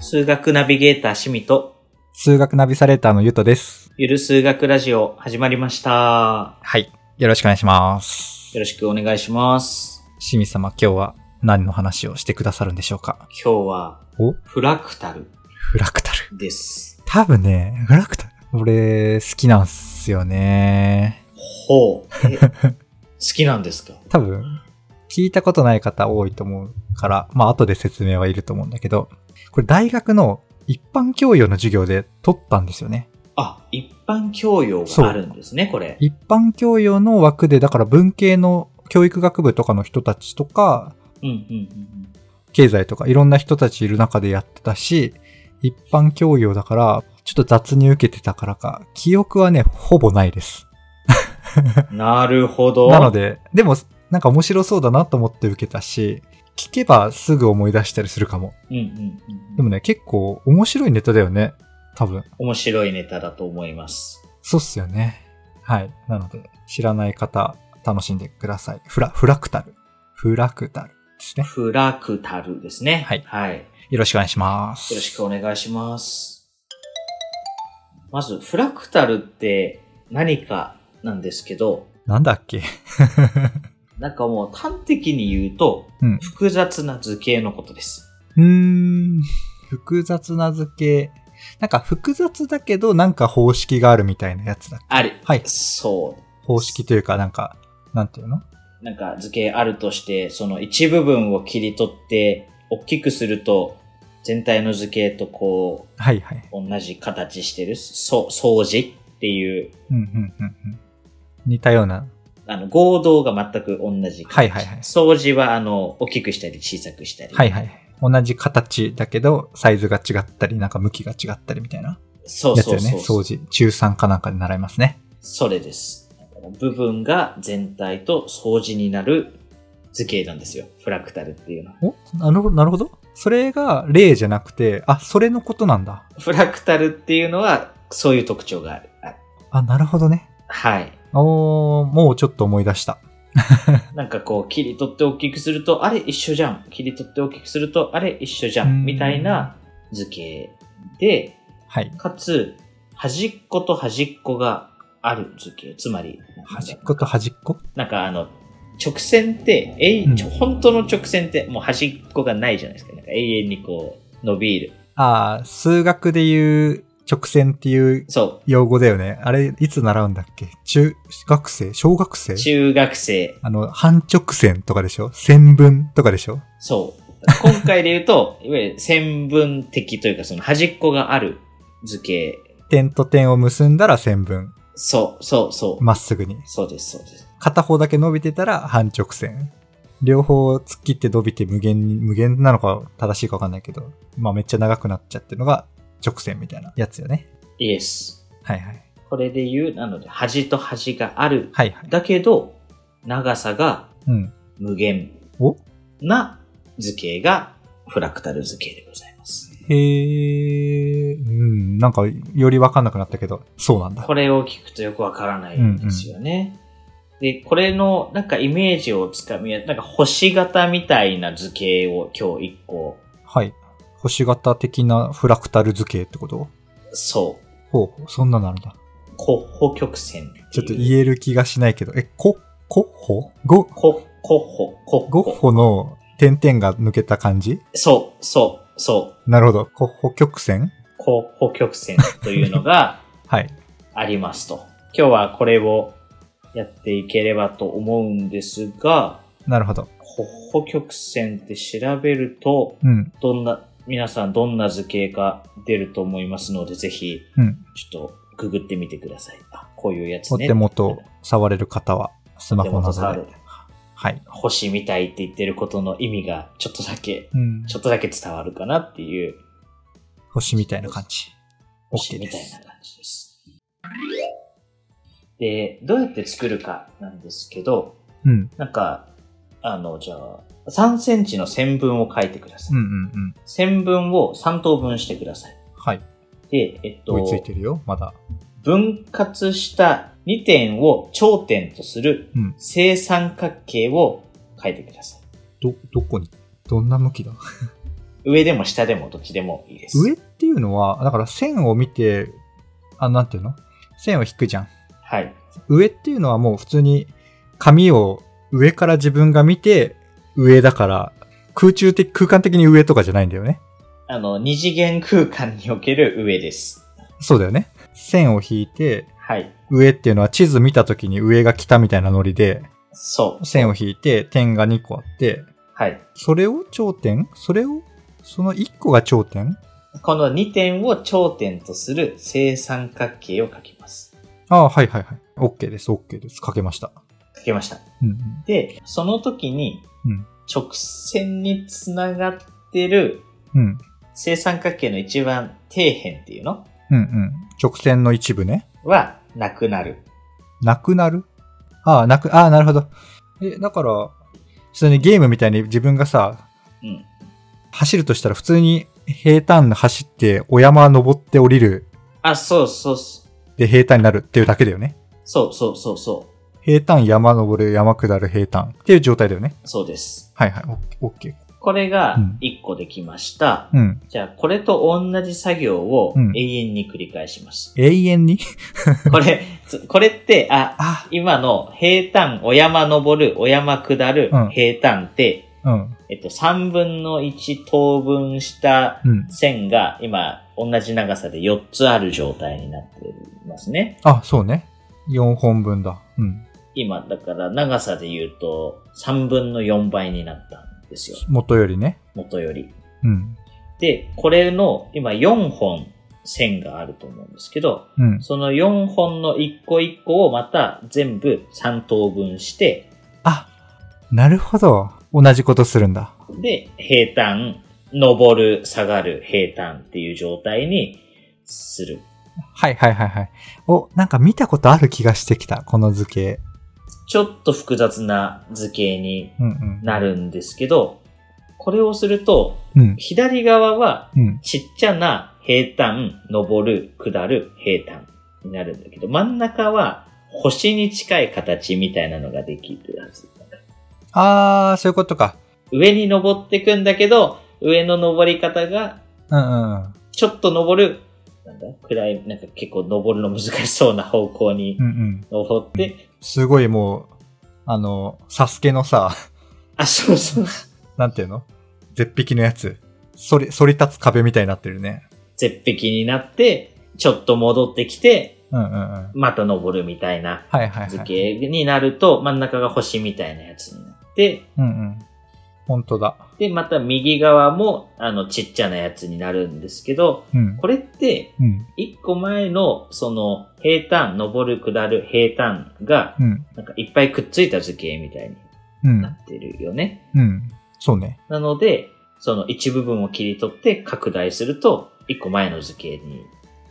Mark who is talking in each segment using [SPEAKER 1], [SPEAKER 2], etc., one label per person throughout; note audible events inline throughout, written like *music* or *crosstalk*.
[SPEAKER 1] 数学ナビゲーター趣味と、
[SPEAKER 2] 数学ナビサレーターのゆうとです。
[SPEAKER 1] ゆる数学ラジオ始まりました。
[SPEAKER 2] はい。よろしくお願いします。
[SPEAKER 1] よろしくお願いします。
[SPEAKER 2] 清水様、今日は何の話をしてくださるんでしょうか
[SPEAKER 1] 今日は、
[SPEAKER 2] お
[SPEAKER 1] フラクタル
[SPEAKER 2] フラクタル。
[SPEAKER 1] です。
[SPEAKER 2] 多分ね、フラクタル。俺、好きなんすよね。
[SPEAKER 1] ほう。え *laughs* 好きなんですか
[SPEAKER 2] 多分、聞いたことない方多いと思うから、まあ、後で説明はいると思うんだけど、これ大学の一般教養の授業で取ったんですよね。
[SPEAKER 1] あ、一般教養があるんですね、これ。
[SPEAKER 2] 一般教養の枠で、だから文系の教育学部とかの人たちとか、
[SPEAKER 1] うんうんうんうん。
[SPEAKER 2] 経済とかいろんな人たちいる中でやってたし、一般教養だから、ちょっと雑に受けてたからか、記憶はね、ほぼないです。
[SPEAKER 1] なるほど。
[SPEAKER 2] なので、でも、なんか面白そうだなと思って受けたし、聞けばすぐ思い出したりするかも。
[SPEAKER 1] うんうんうん。
[SPEAKER 2] でもね、結構面白いネタだよね。多分。
[SPEAKER 1] 面白いネタだと思います。
[SPEAKER 2] そうっすよね。はい。なので、知らない方、楽しんでください。フラ、フラクタル。フラクタルですね。
[SPEAKER 1] フラクタルですね。
[SPEAKER 2] はい
[SPEAKER 1] はい。よ
[SPEAKER 2] よろしくお願いします。
[SPEAKER 1] ろしくお願いします。まず、フラクタルって何かなんですけど、
[SPEAKER 2] なんだっけ
[SPEAKER 1] なんかもう端的に言うと、
[SPEAKER 2] うん。
[SPEAKER 1] 複雑な図形のことです。
[SPEAKER 2] うーん。複雑な図形。なんか複雑だけどなんか方式があるみたいなやつだ。
[SPEAKER 1] ある。
[SPEAKER 2] はい
[SPEAKER 1] そ
[SPEAKER 2] 方式というかなんか、なんていうの
[SPEAKER 1] う。なんか図形あるとして、その一部分を切り取って、大きくすると、全体の図形とこう、
[SPEAKER 2] はいはい。
[SPEAKER 1] 同じ形してる。そう、相似っていう、
[SPEAKER 2] うんうんうんうん。似たような。
[SPEAKER 1] あの、合同が全く同じ形。
[SPEAKER 2] はいはいはい
[SPEAKER 1] 掃除は、あの、大きくしたり小さくしたり。
[SPEAKER 2] はいはい。同じ形だけどサイズが違ったり、なんか向きが違ったりみたいな
[SPEAKER 1] そう
[SPEAKER 2] やつ
[SPEAKER 1] そ
[SPEAKER 2] よ
[SPEAKER 1] うそう
[SPEAKER 2] ね。
[SPEAKER 1] そう
[SPEAKER 2] 掃。除。中3かなんかで習いますね。
[SPEAKER 1] それです。部分が全体と相似になる図形なんですよ。フラクタルっていうのは。
[SPEAKER 2] おなるほど、なるほど。それが例じゃなくて、あ、それのことなんだ。
[SPEAKER 1] フラクタルっていうのは、そういう特徴がある。あ
[SPEAKER 2] あ、なるほどね。
[SPEAKER 1] はい。
[SPEAKER 2] おー、もうちょっと思い出した。
[SPEAKER 1] なんかこう、切り取って大きくすると、あれ一緒じゃん。切り取って大きくすると、あれ一緒じゃ。
[SPEAKER 2] うんん
[SPEAKER 1] みたいな図形で、
[SPEAKER 2] はい。
[SPEAKER 1] かつ、端っこと端っこがある図形。つまり、なんだ
[SPEAKER 2] 端っこと端っこ
[SPEAKER 1] なんかあの、直線って、えい
[SPEAKER 2] うん
[SPEAKER 1] ちょ本当の直線ってもう端っこがないじゃないですか。なんか永遠にこう、伸びる。
[SPEAKER 2] ああ、数学でいう直線っていう
[SPEAKER 1] そ
[SPEAKER 2] 用語だよね。あれ、いつ習うんだっけ中学生小学生
[SPEAKER 1] う。中学生。
[SPEAKER 2] あの、半直線とかでしょ線分とかでしょ
[SPEAKER 1] そう。今回で言うと、 *laughs* いわゆる線分的というか、その端っこがある図形。
[SPEAKER 2] 点と点を結んだら線分。
[SPEAKER 1] そう、そう、そう。
[SPEAKER 2] まっすぐに。
[SPEAKER 1] そうです、そうです。
[SPEAKER 2] 片方だけ伸びてたら半直線。両方突っ切って伸びて無限に、無限なのか正しいかわかんないけど、まあめっちゃ長くなっちゃってるのが直線みたいなやつよね。
[SPEAKER 1] イエス。
[SPEAKER 2] はいはい。
[SPEAKER 1] これで言う、なので、端と端がある。
[SPEAKER 2] はいはい。
[SPEAKER 1] だけど、長さが
[SPEAKER 2] うん。
[SPEAKER 1] 無限
[SPEAKER 2] お
[SPEAKER 1] な図形がフラクタル図形でございます。
[SPEAKER 2] へえ、うん、なんかよりわかんなくなったけど、そうなんだ
[SPEAKER 1] こ。れを聞くとよくわからないんですよね。で、これのなんかイメージをつかみ、なんか星型みたいな図形を今日一個、
[SPEAKER 2] はい。星型的なフラクタル図形ってこと
[SPEAKER 1] そう、
[SPEAKER 2] ほうほう、そんなのあるんだ。
[SPEAKER 1] コッホ曲線ていう。
[SPEAKER 2] ちょっと言える気がしないけど、え、こ、こっほご、
[SPEAKER 1] コッコッホ、コッ
[SPEAKER 2] ごっ
[SPEAKER 1] ホ。
[SPEAKER 2] ほの点々が抜けた感じ
[SPEAKER 1] そう、そう、そう。
[SPEAKER 2] なるほど。こっほ曲線
[SPEAKER 1] コッホ曲線というのが *laughs*
[SPEAKER 2] はい。
[SPEAKER 1] ありますと。今日はこれをやっていければと思うんですが、
[SPEAKER 2] なるほど。
[SPEAKER 1] コッホ曲線って調べると、
[SPEAKER 2] うん、
[SPEAKER 1] どんな、皆さんどんな図形か出ると思いますので、ぜひ、
[SPEAKER 2] うん。
[SPEAKER 1] ちょっとググってみてください。あ、こういうやつ
[SPEAKER 2] お
[SPEAKER 1] ね。
[SPEAKER 2] 手元を触れる方は、スマ
[SPEAKER 1] 手
[SPEAKER 2] ホ
[SPEAKER 1] 元
[SPEAKER 2] な
[SPEAKER 1] 触
[SPEAKER 2] ど
[SPEAKER 1] る
[SPEAKER 2] で。。はい。
[SPEAKER 1] 星みたいって言ってることの意味が、ちょっとだけ、
[SPEAKER 2] うん。
[SPEAKER 1] ちょっとだけ伝わるかなっていう、
[SPEAKER 2] 星みたいな感じ。
[SPEAKER 1] 星
[SPEAKER 2] OK で
[SPEAKER 1] みたい
[SPEAKER 2] す
[SPEAKER 1] な。感じです。で、どうやって作るかなんですけど、
[SPEAKER 2] うん。
[SPEAKER 1] なんか、あの、じゃあ、3センチの線分を書いてくださ
[SPEAKER 2] う
[SPEAKER 1] い。
[SPEAKER 2] んうんうん。
[SPEAKER 1] 線分を3等分してください。
[SPEAKER 2] はい。
[SPEAKER 1] で、えっと、
[SPEAKER 2] 追いついてるよ、まだ。
[SPEAKER 1] 分割した2点を頂点とする
[SPEAKER 2] うん
[SPEAKER 1] 正三角形を書いてください。
[SPEAKER 2] ど、どこにどんな向きだ
[SPEAKER 1] 上でも下でもどっちでもいいです。
[SPEAKER 2] 上っていうのは、だから線を見て、あ、なんていうの線を引くじゃん。
[SPEAKER 1] はい。
[SPEAKER 2] 上っていうのはもう普通に紙を上から自分が見て上だから空中的、空間的に上とかじゃないんだよね。
[SPEAKER 1] あの、二次元空間における上です。
[SPEAKER 2] そうだよね。線を引いて
[SPEAKER 1] はい。
[SPEAKER 2] 上っていうのは地図見た時に上が来たみたいなノリで
[SPEAKER 1] そう。
[SPEAKER 2] 線を引いて点が2個あって
[SPEAKER 1] はい。
[SPEAKER 2] それを頂点それをその1個が頂点
[SPEAKER 1] この2点を頂点とする正三角形を書きます。
[SPEAKER 2] ああ、はいはいはい。OK です、OK です。書けました。
[SPEAKER 1] 書けました。
[SPEAKER 2] うんうん。
[SPEAKER 1] で、その時に
[SPEAKER 2] うん、
[SPEAKER 1] 直線につながってる
[SPEAKER 2] うん。
[SPEAKER 1] 正三角形の一番底辺っていうの
[SPEAKER 2] うんうん。直線の一部ね。
[SPEAKER 1] はなくなる。
[SPEAKER 2] なくなるああ、なく、ああ、なるほど。え、だから、普通にゲームみたいに自分がさ、
[SPEAKER 1] うん。
[SPEAKER 2] 走るとしたら普通に平坦な走って、お山登って降りる、
[SPEAKER 1] あ、そうそうそう。
[SPEAKER 2] で平坦になるっていうだけだよね。
[SPEAKER 1] そうそうそうそ
[SPEAKER 2] 平坦、山登る、山下る、平坦っていう状態だよね。
[SPEAKER 1] う。そうです。
[SPEAKER 2] はいはい、オッケー。
[SPEAKER 1] これが
[SPEAKER 2] うん
[SPEAKER 1] 1個できました。
[SPEAKER 2] うん。
[SPEAKER 1] じゃあ、これと同じ作業を
[SPEAKER 2] うん
[SPEAKER 1] 永遠に繰り返します。
[SPEAKER 2] 永遠に
[SPEAKER 1] これ、つこれって、あ、
[SPEAKER 2] あ
[SPEAKER 1] 今の平坦、お山登る、お山下る
[SPEAKER 2] うん、
[SPEAKER 1] 平坦って、
[SPEAKER 2] うん。
[SPEAKER 1] えっと、3分の1等分した
[SPEAKER 2] うん。
[SPEAKER 1] 線が今、同じ長さで4つある状態になっていますね。
[SPEAKER 2] あ、そうね。4本分だ。うん。
[SPEAKER 1] 今、だから長さで言うと、3分の4倍になったんですよ。
[SPEAKER 2] 元よりね。
[SPEAKER 1] 元より。
[SPEAKER 2] うん。
[SPEAKER 1] で、これの今4本線があると思うんですけど、
[SPEAKER 2] うん。
[SPEAKER 1] その4本の1個1個をまた全部3等分して、
[SPEAKER 2] あ、なるほど。同じことするんだ。
[SPEAKER 1] で、平坦、上る、下がる、平坦っていう状態にする。
[SPEAKER 2] はいはいはいはい。お、なんか見たことある気がしてきた、この図形。
[SPEAKER 1] ちょっと複雑な図形に
[SPEAKER 2] うんうん。
[SPEAKER 1] なるんですけど、これをすると、
[SPEAKER 2] うん。
[SPEAKER 1] 左側は
[SPEAKER 2] うん。
[SPEAKER 1] ちっちゃな平坦、上る、下る、平坦になるんだけど、真ん中は星に近い形みたいなのができるはず。
[SPEAKER 2] あー、そういうことか。
[SPEAKER 1] 上に登ってくんだけど、上の登り方が
[SPEAKER 2] うんうんうん。
[SPEAKER 1] ちょっと登る、なんだ暗い、なんか結構登るの難しそうな方向に
[SPEAKER 2] うんうん。
[SPEAKER 1] 登って、
[SPEAKER 2] すごいもう、あの、サスケのさ、 *laughs*
[SPEAKER 1] あ、そうそう、
[SPEAKER 2] なんていうの絶壁のやつ。そり、そり立つ壁みたいになってるね。
[SPEAKER 1] 絶壁になって、ちょっと戻ってきて、
[SPEAKER 2] うんうんうん。はい
[SPEAKER 1] また登るみたいな
[SPEAKER 2] はいはい。
[SPEAKER 1] 図形になると、真ん中が星みたいなやつになって、
[SPEAKER 2] うんうん。本当だ。
[SPEAKER 1] で、また右側も、あの、ちっちゃなやつになるんですけど、
[SPEAKER 2] うん。
[SPEAKER 1] これって、
[SPEAKER 2] うん。
[SPEAKER 1] 一個前の、その、平坦、登る、下る、平坦が、
[SPEAKER 2] うん。
[SPEAKER 1] なんかいっぱいくっついた図形みたいに
[SPEAKER 2] うん
[SPEAKER 1] な。ってるよね。
[SPEAKER 2] うん。そうね。
[SPEAKER 1] なので、その一部分を切り取って拡大すると、一個前の図形に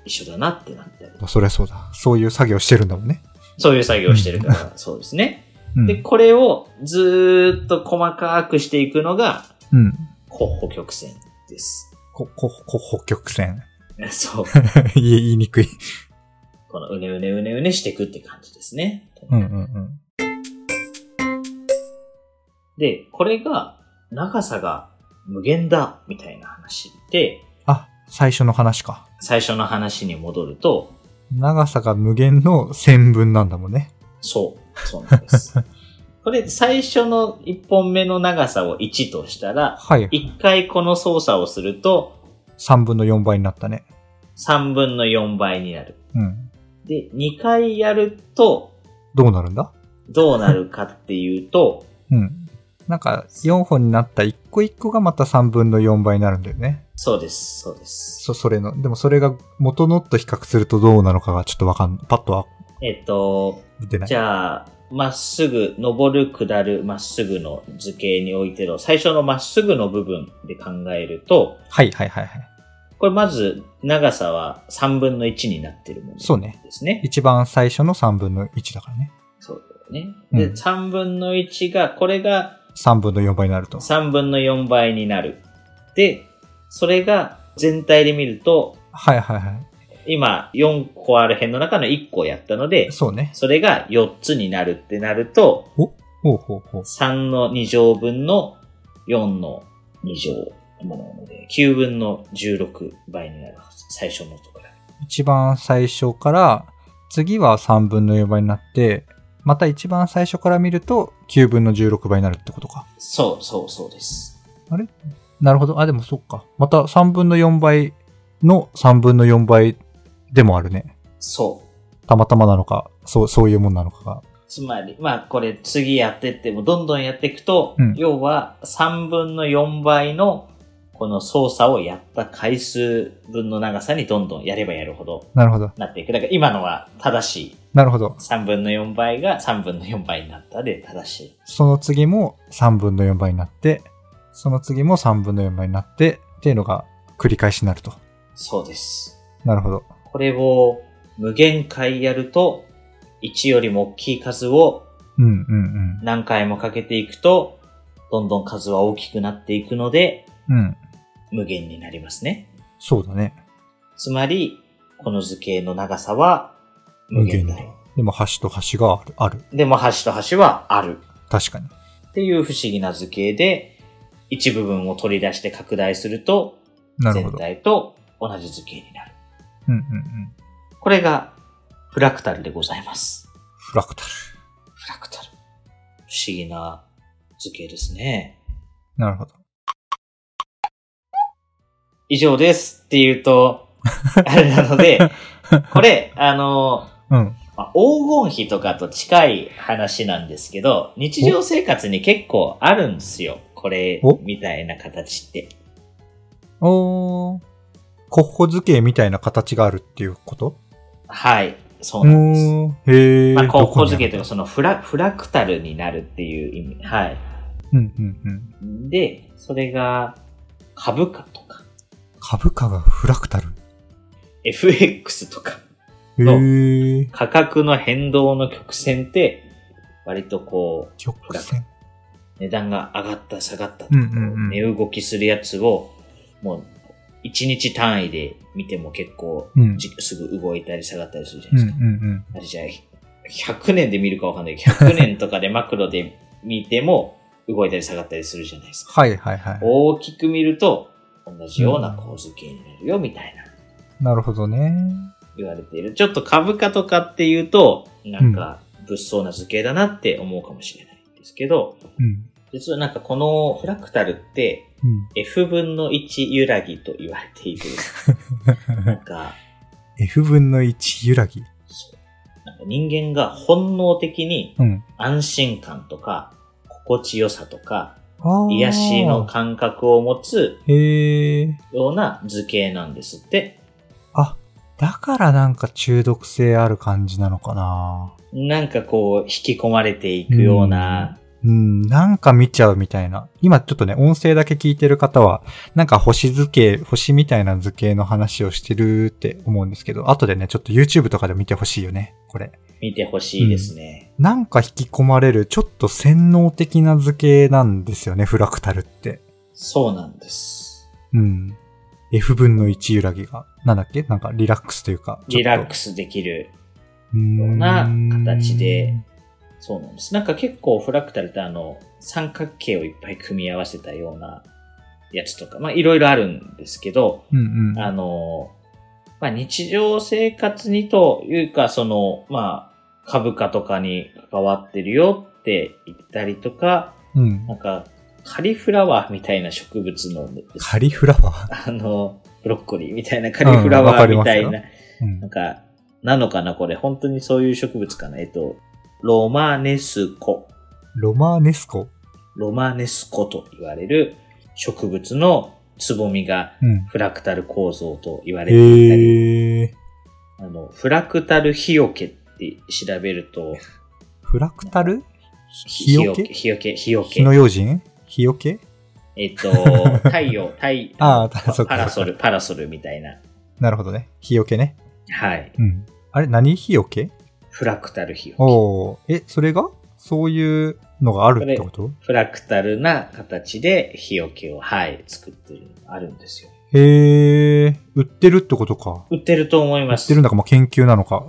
[SPEAKER 1] 一緒だなってなったり。
[SPEAKER 2] そりゃそうだ。そういう作業してるんだもんね。
[SPEAKER 1] そういう作業をしてるから、そうですね。
[SPEAKER 2] うん。
[SPEAKER 1] で、これをずーっと細かくしていくのが、
[SPEAKER 2] うん。
[SPEAKER 1] 候補曲線です。 *laughs*
[SPEAKER 2] こ、こ、こ、北極線。 *laughs*
[SPEAKER 1] そう。
[SPEAKER 2] 言い言いにくい。
[SPEAKER 1] このうねうねうねうねしていくって感じですね。
[SPEAKER 2] うんうんうん。
[SPEAKER 1] で、これが、長さが無限だ、みたいな話で、
[SPEAKER 2] あ、最初の話か。
[SPEAKER 1] 最初の話に戻ると、
[SPEAKER 2] 長さが無限の線分なんだもんね。
[SPEAKER 1] そう、そうなん
[SPEAKER 2] *laughs*
[SPEAKER 1] です。これ、最初の1本目の長さを1としたら、
[SPEAKER 2] はい。
[SPEAKER 1] 1回この操作をすると、
[SPEAKER 2] 3分の4倍になったね。
[SPEAKER 1] 3分の4倍になる。
[SPEAKER 2] うん。
[SPEAKER 1] で、2回やると、
[SPEAKER 2] どうなるんだ
[SPEAKER 1] どうなるかっていうと、
[SPEAKER 2] うん。なんか、4本になった1個1個がまた3分の4倍になるんだよね。
[SPEAKER 1] そうです、そうです。
[SPEAKER 2] そ、それの。でもそれが元のと比較するとどうなのかがちょっとわかん、パッとは
[SPEAKER 1] えっと、
[SPEAKER 2] 出ない。
[SPEAKER 1] じゃあ、まっすぐ、登る、下る、まっすぐの図形においての、最初のまっすぐの部分で考えると、
[SPEAKER 2] はいはいはいはい。
[SPEAKER 1] これまず長さは3分の1になってるもの
[SPEAKER 2] そうね
[SPEAKER 1] ですね。
[SPEAKER 2] 一番最初の3分の1だからね。
[SPEAKER 1] そうだよね。
[SPEAKER 2] う
[SPEAKER 1] で、
[SPEAKER 2] ん
[SPEAKER 1] 3分の1が、これが
[SPEAKER 2] 3分の4倍になると。
[SPEAKER 1] 3分の4倍になる。で、それが全体で見ると、
[SPEAKER 2] はいはいは
[SPEAKER 1] 今4個ある辺の中の1個をやったので
[SPEAKER 2] い。、そうね。
[SPEAKER 1] それが4つになるってなると、
[SPEAKER 2] ほうほうほう。
[SPEAKER 1] 3の2乗分の4の2乗ものなので、9分の16倍になるはず。最初のところ。
[SPEAKER 2] 一番最初から、次は3分の4倍になって、また一番最初から見ると9分の16倍になるってことか。
[SPEAKER 1] そうそうそうです。
[SPEAKER 2] なるほど。あ、でもそっか。また3分の4倍の3分の4倍でもあるね。
[SPEAKER 1] そう。
[SPEAKER 2] たまたまなのか、そう、そういうもんなのかが。
[SPEAKER 1] つまり、まあこれ次やってってもどんどんやっていくと、
[SPEAKER 2] うん
[SPEAKER 1] 要は3分の4倍のこの操作をやった回数分の長さにどんどんやればやるほど
[SPEAKER 2] なるほど。
[SPEAKER 1] なっていく。だから今のは正しい。
[SPEAKER 2] なるほど。
[SPEAKER 1] 3分の4倍が3分の4倍になったで正しい。
[SPEAKER 2] その次も3分の4倍になって、その次も3分の4倍になって、っていうのが繰り返しになると。
[SPEAKER 1] そうです。
[SPEAKER 2] なるほど。
[SPEAKER 1] これを無限回やると、1よりも大きい数を
[SPEAKER 2] うんうん
[SPEAKER 1] 何回もかけていくと、どんどん数は大きくなっていくので、
[SPEAKER 2] うん。うん。
[SPEAKER 1] 無限になりますね。
[SPEAKER 2] そうだね。
[SPEAKER 1] つまり、この図形の長さは無限
[SPEAKER 2] 無
[SPEAKER 1] 大
[SPEAKER 2] 限。でも端と端がある。ある。
[SPEAKER 1] でも端と端はある。
[SPEAKER 2] 確かに。
[SPEAKER 1] っていう不思議な図形で、一部分を取り出して拡大すると、
[SPEAKER 2] なるほ
[SPEAKER 1] 全
[SPEAKER 2] ど。
[SPEAKER 1] 体と同じ図形になる。
[SPEAKER 2] うんうんうん。
[SPEAKER 1] これがフラクタルでございます。
[SPEAKER 2] フラクタル。
[SPEAKER 1] フラクタル。不思議な図形ですね。
[SPEAKER 2] なるほど。
[SPEAKER 1] 以上ですって言う *laughs* と、あれなので、これ、あの、
[SPEAKER 2] うん。
[SPEAKER 1] まあ黄金比とかと近い話なんですけど、日常生活に結構あるんですよ。これ
[SPEAKER 2] お、
[SPEAKER 1] みたいな形って。
[SPEAKER 2] おー。コッコ図形みたいな形があるっていうこと
[SPEAKER 1] はい。そう
[SPEAKER 2] う
[SPEAKER 1] なんです。
[SPEAKER 2] ーん。へえ。
[SPEAKER 1] まあ、こ
[SPEAKER 2] ど
[SPEAKER 1] う、こ
[SPEAKER 2] こ
[SPEAKER 1] う
[SPEAKER 2] にあ
[SPEAKER 1] 付け
[SPEAKER 2] る
[SPEAKER 1] というか、そのフラ、フラクタルになるっていう意味。はい。
[SPEAKER 2] うんうんうん。
[SPEAKER 1] で、それが、株価とか、
[SPEAKER 2] 株価がフラクタル。
[SPEAKER 1] FX とか、
[SPEAKER 2] へえ。
[SPEAKER 1] 価格の変動の曲線って、割とこう、
[SPEAKER 2] 曲線。
[SPEAKER 1] 値段が上がった下がったと
[SPEAKER 2] う
[SPEAKER 1] か
[SPEAKER 2] んうんうん
[SPEAKER 1] 値動きするやつを、もう、一日単位で見ても結構、
[SPEAKER 2] うん。
[SPEAKER 1] じすぐ動いたり下がったりするじゃ
[SPEAKER 2] うん
[SPEAKER 1] な
[SPEAKER 2] う
[SPEAKER 1] い
[SPEAKER 2] ん
[SPEAKER 1] ですか。
[SPEAKER 2] うん。
[SPEAKER 1] あれじゃあ、100年で見るかわかんないけど、100年とかでマクロで見ても、動いたり下がったりするじゃないですか。
[SPEAKER 2] はいはい *laughs* は
[SPEAKER 1] 大きく見ると、同じような構図形になるよ、みたいな、
[SPEAKER 2] い。なるほどね。
[SPEAKER 1] 言われている。ちょっと株価とかっていうと、なんか、物騒な図形だなって思うかもしれないんですけど、
[SPEAKER 2] うん。
[SPEAKER 1] 実はなんかこのフラクタルって、
[SPEAKER 2] うん
[SPEAKER 1] F 分の1揺らぎと言われて
[SPEAKER 2] *laughs*
[SPEAKER 1] いる。なんか、
[SPEAKER 2] F 分の1揺らぎ。
[SPEAKER 1] そうなんか人間が本能的に
[SPEAKER 2] うん。
[SPEAKER 1] 安心感とか、心地よさとか、
[SPEAKER 2] あー
[SPEAKER 1] 癒しの。感覚を持つ
[SPEAKER 2] へえ。
[SPEAKER 1] ような図形なんですって。
[SPEAKER 2] あ、だからなんか中毒性ある感じなのかな。
[SPEAKER 1] なんかこう、引き込まれていくような、
[SPEAKER 2] うん、なんか見ちゃうみたいな。今ちょっとね、音声だけ聞いてる方は、なんか星図形、星みたいな図形の話をしてるって思うんですけど、後でね、ちょっと YouTube とかで見てほしいよね、これ。
[SPEAKER 1] 見てほしいですね。
[SPEAKER 2] なんか引き込まれる、ちょっと洗脳的な図形なんですよね、フラクタルって。
[SPEAKER 1] そうなんです。
[SPEAKER 2] うん。F 分の1揺らぎが。なんだっけなんかリラックスというか。
[SPEAKER 1] リラック
[SPEAKER 2] ス。
[SPEAKER 1] スできる。
[SPEAKER 2] う
[SPEAKER 1] ような形で
[SPEAKER 2] ん。
[SPEAKER 1] そうなんです。なんか結構フラクタルってあの、三角形をいっぱい組み合わせたようなやつとか、まあいろいろあるんですけど、
[SPEAKER 2] うんうん。
[SPEAKER 1] あの、まあ日常生活にというか、その、まあ株価とかに関わってるよって言ったりとか、
[SPEAKER 2] うん
[SPEAKER 1] な。んかカリフラワーみたいな植物の、
[SPEAKER 2] カリフラワー。
[SPEAKER 1] あの、ブロッコリーみたいなカリフラワーみたい
[SPEAKER 2] うんわかります
[SPEAKER 1] な、
[SPEAKER 2] うん
[SPEAKER 1] なんか、なのかなこれ、本当にそういう植物かなえっと、ロマネスコ。
[SPEAKER 2] ロマーネスコ。
[SPEAKER 1] ロマネスコと言われる植物のつぼみが
[SPEAKER 2] うん。
[SPEAKER 1] フラクタル構造と言われていたり、
[SPEAKER 2] へえ。
[SPEAKER 1] あの、フラクタルヒヨケって調べると、
[SPEAKER 2] フラクタル
[SPEAKER 1] ひ
[SPEAKER 2] ヒヨケ
[SPEAKER 1] ヒヨケ、ヒヨ
[SPEAKER 2] 火
[SPEAKER 1] ケ
[SPEAKER 2] の。用心火よけ
[SPEAKER 1] えっ
[SPEAKER 2] *laughs*
[SPEAKER 1] と、太陽、太
[SPEAKER 2] あーたそっか
[SPEAKER 1] パラソル、パラソルみたいな。
[SPEAKER 2] なるほどね。火よけね。
[SPEAKER 1] はい。
[SPEAKER 2] うん。あれ何火よけ
[SPEAKER 1] フラクタルヒヨケ。
[SPEAKER 2] おー。え、それがそういうのがあるってこと
[SPEAKER 1] フラクタルな形で日よけを、はい、作ってるのがあるんですよ。
[SPEAKER 2] へえ。売ってるってことか。
[SPEAKER 1] 売ってると思い
[SPEAKER 2] 売
[SPEAKER 1] ま
[SPEAKER 2] っ
[SPEAKER 1] す。
[SPEAKER 2] てるんだか、まあ、研究なのか。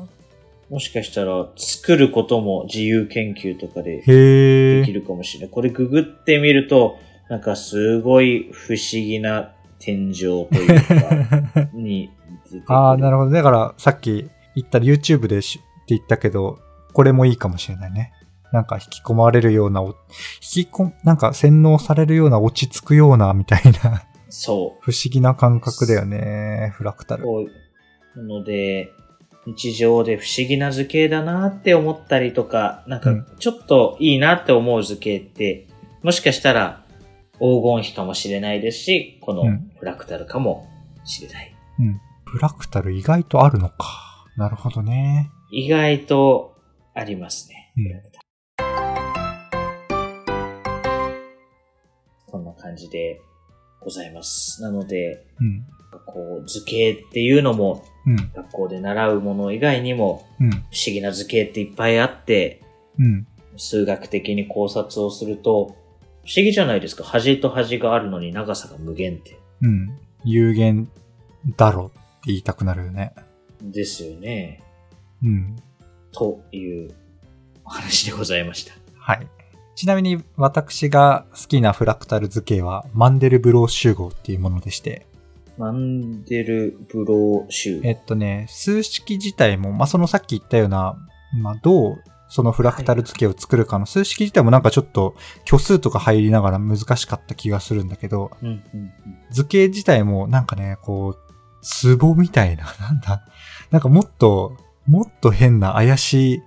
[SPEAKER 1] もしかしたら、作ることも自由研究とかで
[SPEAKER 2] へ
[SPEAKER 1] で
[SPEAKER 2] え
[SPEAKER 1] き。るかもしれない。これググってみると、なんかすごい不思議な天井というか、に出てくる
[SPEAKER 2] *laughs* ああ、なるほど。だから、さっき言った YouTube でしって言ったけど、これもいいかもしれないね。なんか引き込まれるような、お引き込、なんか洗脳されるような、落ち着くような、みたいな、 *laughs*
[SPEAKER 1] そう。
[SPEAKER 2] 不思議な感覚だよね。フラクタル。
[SPEAKER 1] こう、なので、日常で不思議な図形だなって思ったりとか、なん
[SPEAKER 2] うん
[SPEAKER 1] かちょっといいなって思う図形って、もしかしたら黄金比かもしれないですし、この
[SPEAKER 2] うん
[SPEAKER 1] フラクタルかもしれない。
[SPEAKER 2] フラクタル意外とあるのか。なるほどね。
[SPEAKER 1] 意外とありますね。
[SPEAKER 2] うん
[SPEAKER 1] こんな感じでございます。なので、
[SPEAKER 2] うん。
[SPEAKER 1] こう図形っていうのも
[SPEAKER 2] うん。
[SPEAKER 1] 学校で習うもの以外にも
[SPEAKER 2] うん。
[SPEAKER 1] 不思議な図形っていっぱいあって、
[SPEAKER 2] うん。
[SPEAKER 1] 数学的に考察をすると、不思議じゃないですか。端と端があるのに長さが無限って。
[SPEAKER 2] うん。有限だろって言いたくなるよね。
[SPEAKER 1] ですよね。
[SPEAKER 2] うん。
[SPEAKER 1] というお話でございました。
[SPEAKER 2] はい。ちなみに私が好きなフラクタル図形はマンデルブロー集合っていうものでして、
[SPEAKER 1] マンデルブロー集。
[SPEAKER 2] えっとね、数式自体も、まあ、そのさっき言ったような、まあ、どうそのフラクタル図形を作るかの数式自体もなんかちょっと虚数とか入りながら難しかった気がするんだけど、
[SPEAKER 1] うんうん
[SPEAKER 2] 図形自体もなんかね、こう、壺みたいな、 *laughs* なんだ、なんかもっと、もっと変な怪しい、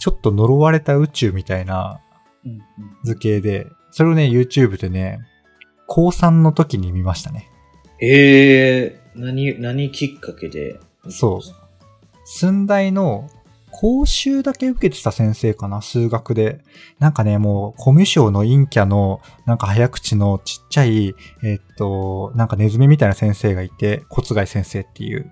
[SPEAKER 2] ちょっと呪われた宇宙みたいな
[SPEAKER 1] うんうんうん
[SPEAKER 2] 図形で、それをね、YouTube でね、高3の時に見ましたね。
[SPEAKER 1] へえ、何、何きっかけで
[SPEAKER 2] そう寸大の講習だけ受けてた先生かな、数学で。なんかね、もう、コミュ障の陰キャの、なんか早口のちっちゃい、えっと、なんかネズミみたいな先生がいて、骨貝先生っていう。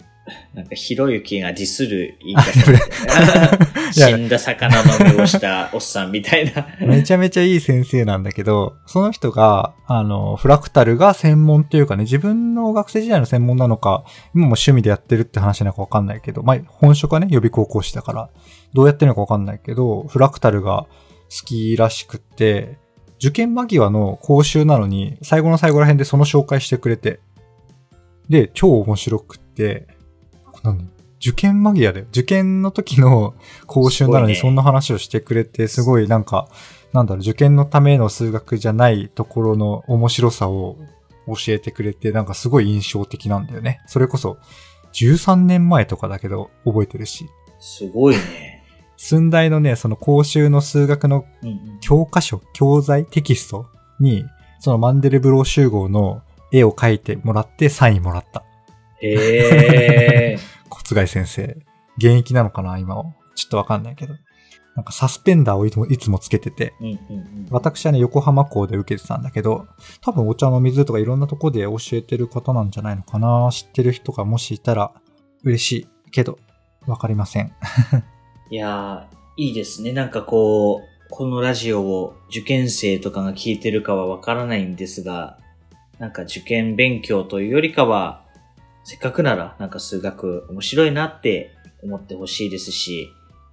[SPEAKER 1] なんか、ひろゆきがディスる言い方みたいな
[SPEAKER 2] *laughs* いや
[SPEAKER 1] 死んだ魚の目をしたおっさんみたいな。
[SPEAKER 2] *laughs* めちゃめちゃいい先生なんだけど、その人が、あの、フラクタルが専門というかね、自分の学生時代の専門なのか、今も趣味でやってるって話なのかわかんないけど、まあ、本職はね、予備高校師だから、どうやってるのかわかんないけど、フラクタルが好きらしくって、受験間際の講習なのに、最後の最後ら辺でその紹介してくれて、で、超面白くって、何受験間際で、受験の時の講習なのに
[SPEAKER 1] す
[SPEAKER 2] そ
[SPEAKER 1] ごいね
[SPEAKER 2] んな話をしてくれて、すごいなんか、なんだろう、受験のための数学じゃないところの面白さを教えてくれて、なんかすごい印象的なんだよね。それこそ、13年前とかだけど覚えてるし。
[SPEAKER 1] すごいね。
[SPEAKER 2] *laughs* 寸大のね、その講習の数学の
[SPEAKER 1] うんうん
[SPEAKER 2] 教科書、教材、テキストに、そのマンデルブロー集合の絵を描いてもらってサインもらった。
[SPEAKER 1] へえ。
[SPEAKER 2] 骨貝先生。現役なのかな今は。ちょっとわかんないけど。なんかサスペンダーをいつもいつもつけてて、
[SPEAKER 1] うんうんうん
[SPEAKER 2] 私はね、横浜校で受けてたんだけど、多分お茶の水とかいろんなとこで教えてる方なんじゃないのかな知ってる人がもしいたら嬉しいけど、わかりません。
[SPEAKER 1] いやー、いいですね。なんかこう、このラジオを受験生とかが聞いてるかはわからないんですが、なんか受験勉強というよりかは、せっかくならなんか数学面白いなって思ってほしいですし、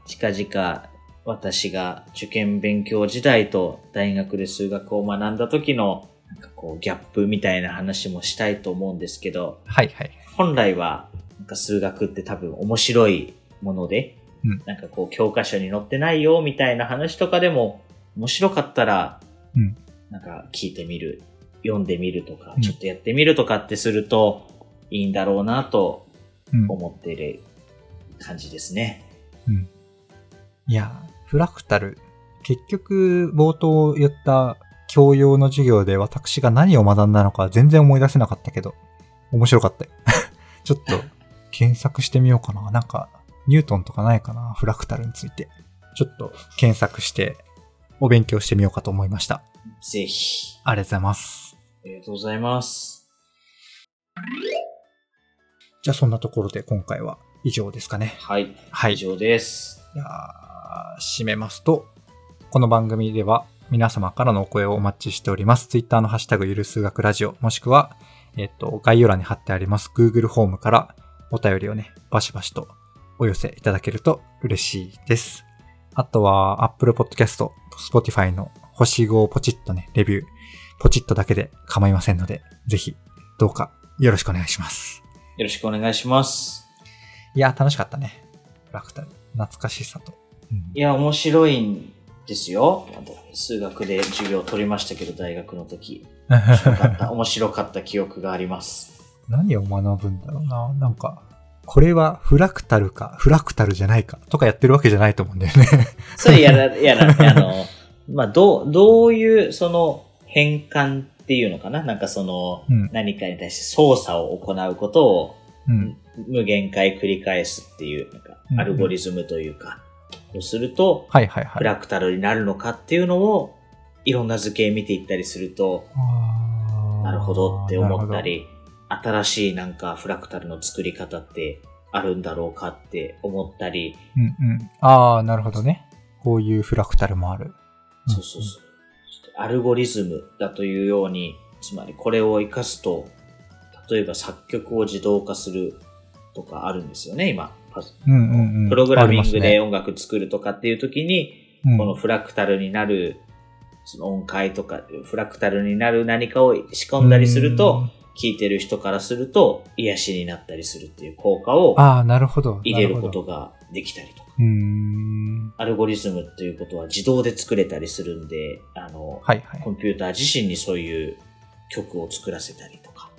[SPEAKER 1] 近々私が受験勉強時代と大学で数学を学んだ時のなんかこうギャップみたいな話もしたいと思うんですけど、
[SPEAKER 2] はいはい。
[SPEAKER 1] 本来は、なんか数学って多分面白いもので、
[SPEAKER 2] うん
[SPEAKER 1] なんかこう教科書に載ってないよみたいな話とかでも、面白かったら、
[SPEAKER 2] うん
[SPEAKER 1] なんか聞いてみる、読んでみるとか、
[SPEAKER 2] うん
[SPEAKER 1] ちょっとやってみるとかってすると、いいんだろうなと
[SPEAKER 2] うん。
[SPEAKER 1] 思ってる感じですね。
[SPEAKER 2] いや、フラクタル。結局、冒頭言った教養の授業で私が何を学んだのか全然思い出せなかったけど、面白かったよ。 *laughs* ちょっと、検索してみようかな。なんか、ニュートンとかないかなフラクタルについて。ちょっと検索して、お勉強してみようかと思いました。
[SPEAKER 1] ぜひ。
[SPEAKER 2] ありがとうございます。
[SPEAKER 1] ありがとうございます。
[SPEAKER 2] じゃあそんなところで今回は以上ですかね。
[SPEAKER 1] はい。
[SPEAKER 2] はい
[SPEAKER 1] 以。上です。
[SPEAKER 2] いやー締めますと、この番組では皆様からのお声をお待ちしております。Twitter のハッシュタグゆる数学ラジオ、もしくは、えっと、概要欄に貼ってあります Google ホームからお便りをね、バシバシとお寄せいただけると嬉しいです。あとは Apple Podcast、Spotify の星5をポチッとね、レビューポチッとだけで構いませんので、ぜひ、どうかよろしくお願いします。
[SPEAKER 1] よろしくお願いします。
[SPEAKER 2] いやー、楽しかったね。ブラクタル。懐かしさと。うん
[SPEAKER 1] いや、面白いんですよ。数学で授業を取りましたけど、大学の
[SPEAKER 2] *laughs*
[SPEAKER 1] 時。面白かった面白かった記憶があり
[SPEAKER 2] *laughs*
[SPEAKER 1] ます。
[SPEAKER 2] 何を学ぶんだろうな。なんか、これはフラクタルか、フラクタルじゃないかとかやってるわけじゃないと思うんだよね。
[SPEAKER 1] *laughs* それやら、やら、 *laughs* あ
[SPEAKER 2] *laughs*
[SPEAKER 1] の、まあ、どう、どういう、その、変換っていうのかななんかその、
[SPEAKER 2] うん
[SPEAKER 1] 何かに対して操作を行うことを
[SPEAKER 2] うん。
[SPEAKER 1] 無限回繰り返すっていう、なんか
[SPEAKER 2] う、ん
[SPEAKER 1] アルゴリズムというか、をすると、
[SPEAKER 2] はいはいは
[SPEAKER 1] フ
[SPEAKER 2] い。
[SPEAKER 1] ラクタルになるのかっていうのを、いろんな図形見ていったりすると、
[SPEAKER 2] あー
[SPEAKER 1] なるほどって思った。り、新しいなんかフラクタルの作り方ってあるんだろうかって思ったり、
[SPEAKER 2] なるほどうんうん。ああ、なるほどね。こういうフラクタルもある。ん
[SPEAKER 1] そうそうそう。アルゴリズムだというように、つまりこれを活かすと、例えば作曲を自動化するとかあるんですよね、今。パス
[SPEAKER 2] うんうんうん。
[SPEAKER 1] プログラミング
[SPEAKER 2] あり
[SPEAKER 1] で音楽作るとかっていう時に、
[SPEAKER 2] ますね、
[SPEAKER 1] このフラクタルになる、その音階とか、フラクタルになる何かを仕込んだりすると、聴いてる人からすると、癒しになったりするっていう効果を
[SPEAKER 2] うん、ああ、なるほど。
[SPEAKER 1] 入れるこ
[SPEAKER 2] なほど。
[SPEAKER 1] とができたりとか、
[SPEAKER 2] うーん。
[SPEAKER 1] アルゴリズムっていうことは自動で作れたりするんで、あの、
[SPEAKER 2] はいはい
[SPEAKER 1] コ。ンピューター自身にそういう曲を作らせたりとか、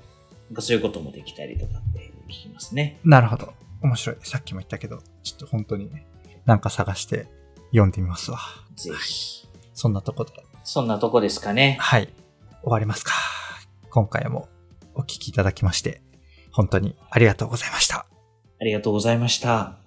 [SPEAKER 1] なんかそういうこともできたりとかって聞きますね。
[SPEAKER 2] なるほど。面白い。さっきも言ったけど、ちょっと本当にね、なんか探して読んでみますわ。
[SPEAKER 1] ぜひ。
[SPEAKER 2] そんなとこで。
[SPEAKER 1] そんなとこですかね。
[SPEAKER 2] はい。終わりますか。今回もお聞きいただきまして、本当にありがとうございました。
[SPEAKER 1] ありがとうございました。